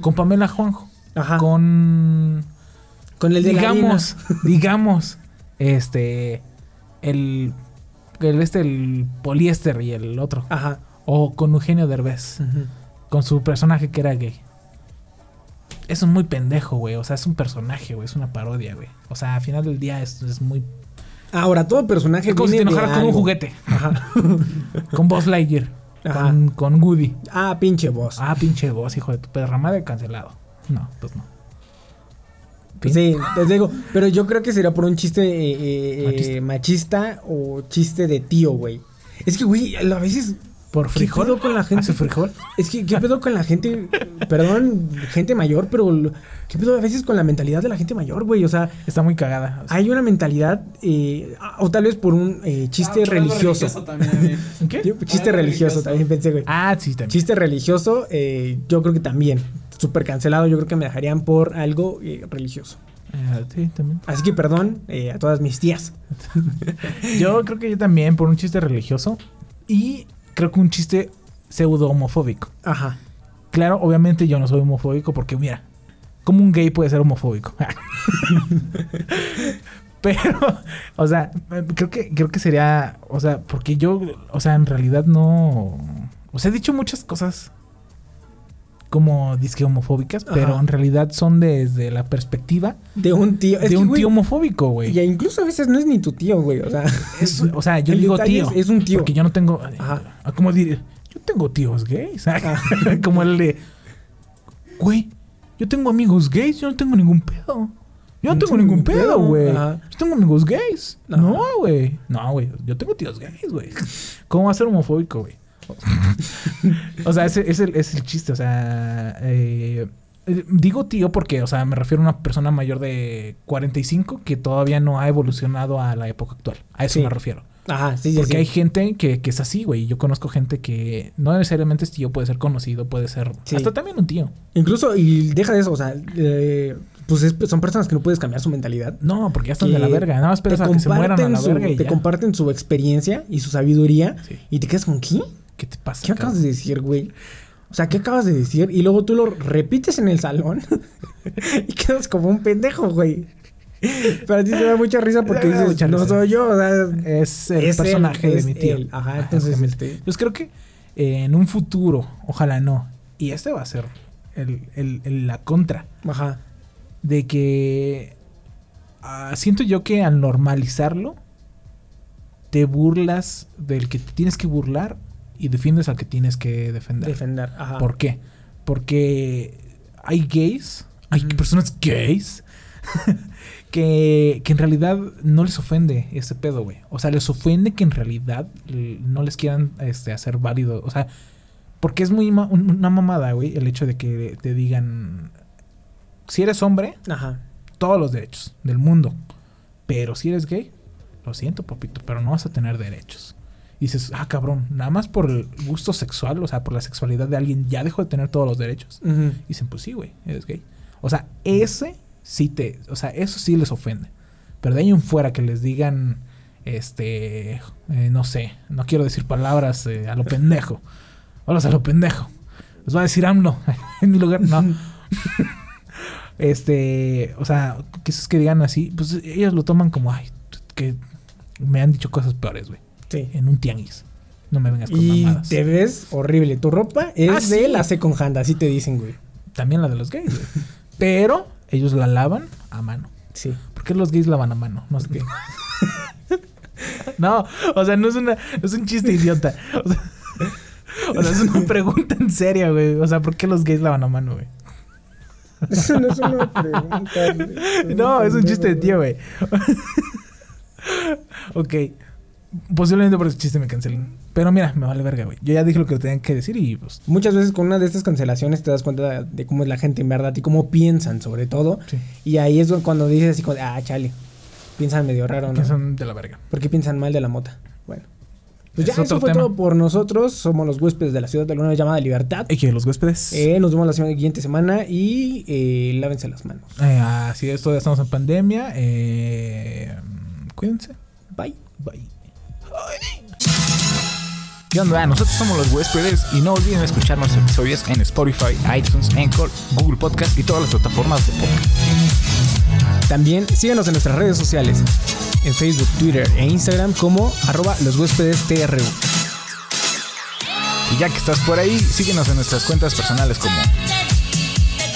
S3: Con Pamela Juanjo.
S2: Ajá.
S3: Con.
S2: Con el de Ah. la
S3: digamos,
S2: arena.
S3: *laughs* digamos. Este. El. El este, el poliéster y el otro.
S2: Ajá.
S3: O con Eugenio Derbez.
S2: Ujú.
S3: Con su personaje que era gay. Eso es muy pendejo, güey. O sea, es un personaje, güey. Es una parodia, güey. O sea, al final del día es, es muy.
S2: Ahora, todo personaje
S3: Es como si te
S2: viene de
S3: enojaras con un
S2: algo.
S3: juguete. con Buzz Lightyear.
S2: Ajá.
S3: Con, con Woody.
S2: Ah, pinche voz.
S3: Ah, pinche voz, hijo de tu perra madre, cancelado. No, pues no. Pin-
S2: Pues Sí, les digo, pero yo creo que sería por un chiste eh, eh, eh, machista o chiste de tío, güey. Es que, güey, a veces...
S3: Por
S2: ¿qué
S3: frijol.
S2: pedo con la gente?
S3: ¿Hace frijol?
S2: Es que, ¿qué pedo con la gente? Perdón, gente mayor, pero... lo- ¿Qué pedo a veces con la mentalidad de la gente mayor, güey? O sea,
S3: Está muy cagada. O sea,
S2: hay una mentalidad... eh, ah, o tal vez por un eh,
S4: Ah,
S2: chiste
S4: por algo
S2: religioso.
S4: también, eh. amigo.
S2: *laughs*
S3: ¿en qué?
S2: Yo- pues, Chiste
S4: Algo
S2: religioso,
S4: religioso.
S2: también pensé, güey.
S3: Ah, sí, también.
S2: Chiste religioso, eh, yo creo que también. Súper cancelado, yo creo que me dejarían por algo eh, religioso.
S3: Eh, sí, también.
S2: Así que perdón eh, a todas mis tías.
S3: Yo creo que yo también por un chiste religioso y creo que un chiste pseudo homofóbico.
S2: Ajá.
S3: Claro, obviamente yo no soy homofóbico porque mira, como un gay puede ser homofóbico. *laughs* Pero, o sea, creo que creo que sería, o sea, porque yo, o sea, en realidad no, o sea, he dicho muchas cosas como disque homofóbicas, pero
S2: Ajá.
S3: en realidad son desde la perspectiva
S2: De un tío. es
S3: de
S2: que,
S3: un
S2: güey,
S3: tío homofóbico, güey.
S2: Y incluso a veces no es ni tu tío, güey. O
S3: *laughs*
S2: sea,
S3: Es- o sea, yo
S2: El
S3: digo
S2: detalle
S3: tío.
S2: es- es un tío.
S3: Porque yo no tengo.
S2: Ajá. Ah.
S3: ah, ¿Cómo diré? Yo tengo tíos gays. ah, *laughs* Como el de. Güey, yo tengo amigos gays. Yo no tengo ningún pedo. Yo no tengo ningún pedo, güey.
S2: Ajá.
S3: Yo tengo amigos gays.
S2: Ajá.
S3: No, güey. No, güey. Yo tengo tíos gays, güey. *laughs* ¿Cómo va a ser homofóbico, güey? o sea, ese es el, es el chiste. O sea, eh, eh, digo tío porque, o sea, me refiero a una persona mayor de 45 que todavía no ha evolucionado a la época actual. A eso
S2: Sí.
S3: me refiero.
S2: ajá, sí, sí.
S3: Porque
S2: sí.
S3: hay gente que, que es así, güey. Yo conozco gente que no necesariamente es tío, puede ser conocido, puede ser
S2: Sí.
S3: hasta también un tío.
S2: Incluso, y deja de eso, o sea, eh, pues es- son personas que no puedes cambiar su mentalidad.
S3: No, porque ya están de la verga. Nada más
S2: te
S3: esperas a que se mueran a
S2: comparten
S3: la
S2: su-
S3: verga y
S2: Te
S3: ya.
S2: comparten su experiencia y su sabiduría.
S3: Sí.
S2: Y te quedas con ¿qué?
S3: ¿Qué te pasa?
S2: ¿Qué acabas de decir, güey? O sea, ¿qué acabas de decir? Y luego tú lo repites en el salón *laughs* y quedas como un pendejo, güey. Pero a ti te da mucha risa
S3: *laughs*
S2: porque
S3: Me da
S2: dices,
S3: mucha
S2: no
S3: risa.
S2: soy yo, o sea,
S3: Es el
S2: es él,
S3: personaje de
S2: es
S3: mi tío.
S2: él. Ajá, entonces,
S3: exactamente.
S2: este-
S3: Pues creo que eh, en un futuro, ojalá no. Y este va a ser el- el- el- la contra.
S2: ajá.
S3: de que ah, siento yo que al normalizarlo te burlas del que te tienes que burlar y defiendes al que tienes que defender.
S2: Defender, Ah. ajá.
S3: ¿Por qué? Porque hay gays, hay
S2: Ujú.
S3: personas gays *laughs* que, que en realidad no les ofende ese pedo, güey. O sea, les ofende que en realidad eh, no les quieran este, hacer válido. O sea, porque es muy ma- un- una mamada, güey, el hecho de que te digan, si eres hombre,
S2: Ajá.
S3: todos los derechos del mundo. Pero si eres gay, lo siento, papito, pero no vas a tener derechos. Y dices, ah, cabrón, nada más por el gusto sexual, o sea, por la sexualidad de alguien, ya dejó de tener todos los derechos.
S2: Ujú.
S3: Y dicen, pues sí, güey, eres gay. O sea, ese sí te, o sea, eso sí les ofende. Pero de ahí en fuera que les digan, este, eh, no sé, no quiero decir palabras eh, a lo pendejo. *laughs* Hablas a lo pendejo. Les va a decir AMLO *laughs* en mi lugar. No. *laughs* este, o sea, que esos que digan así, pues ellos lo toman como, ay, que me han dicho cosas peores, güey.
S2: Sí.
S3: En un tianguis. No me vengas con
S2: Y
S3: mamadas.
S2: te ves horrible. Tu ropa es
S3: Ah,
S2: de
S3: sí.
S2: la second hand, así te dicen, güey.
S3: También la de los gays, güey. Pero ellos la lavan a mano.
S2: Sí.
S3: ¿Por qué los gays lavan a mano? No sé qué. No, o sea, no es, una, no es un chiste idiota. O sea, o sea, es una pregunta en serio, güey. O sea, ¿por qué los gays lavan a mano, güey?
S2: *laughs* Eso no es una
S3: *laughs*
S2: pregunta. güey.
S3: No, es un chiste de tío, güey. ok. Posiblemente por ese chiste me cancelen. Pero mira, me vale verga, güey. Yo ya dije lo que tenían que decir y pues.
S2: Muchas veces con una de estas cancelaciones te das cuenta de cómo es la gente en verdad y cómo piensan, sobre todo.
S3: Sí.
S2: Y ahí es cuando dices así como, de, ah, chale, piensan medio raro, ¿no?
S3: Piensan de la verga.
S2: ¿Por qué piensan mal de la mota? Bueno. Pues
S3: Es
S2: ya, eso
S3: otro
S2: fue
S3: tema.
S2: todo por nosotros. Somos los huéspedes de la ciudad de la luna llamada Libertad.
S3: Y que los huéspedes.
S2: Eh, nos vemos la siguiente semana y eh, lávense las manos.
S3: Eh, así es, todavía estamos en pandemia. Eh, cuídense.
S2: Bye.
S3: Bye. ¿Qué onda? Nosotros somos los huéspedes y no olviden escuchar nuestros episodios en Spotify, iTunes, Anchor, Google Podcast y todas las plataformas de podcast.
S2: También síganos en nuestras redes sociales, en Facebook, Twitter e Instagram como arroba los huéspedes TRU.
S3: Y ya que estás por ahí, síguenos en nuestras cuentas personales como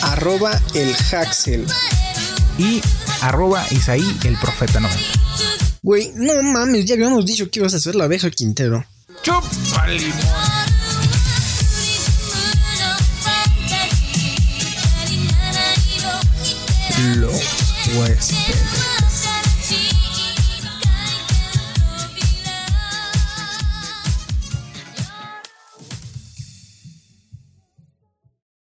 S2: Arroba el Haxel.
S3: y arroba Isaí el Profeta 90.
S5: Güey, no mames, ya habíamos dicho que ibas a hacer la abeja Quintero.
S3: ¡Chupa limón!
S6: Los huéspedes.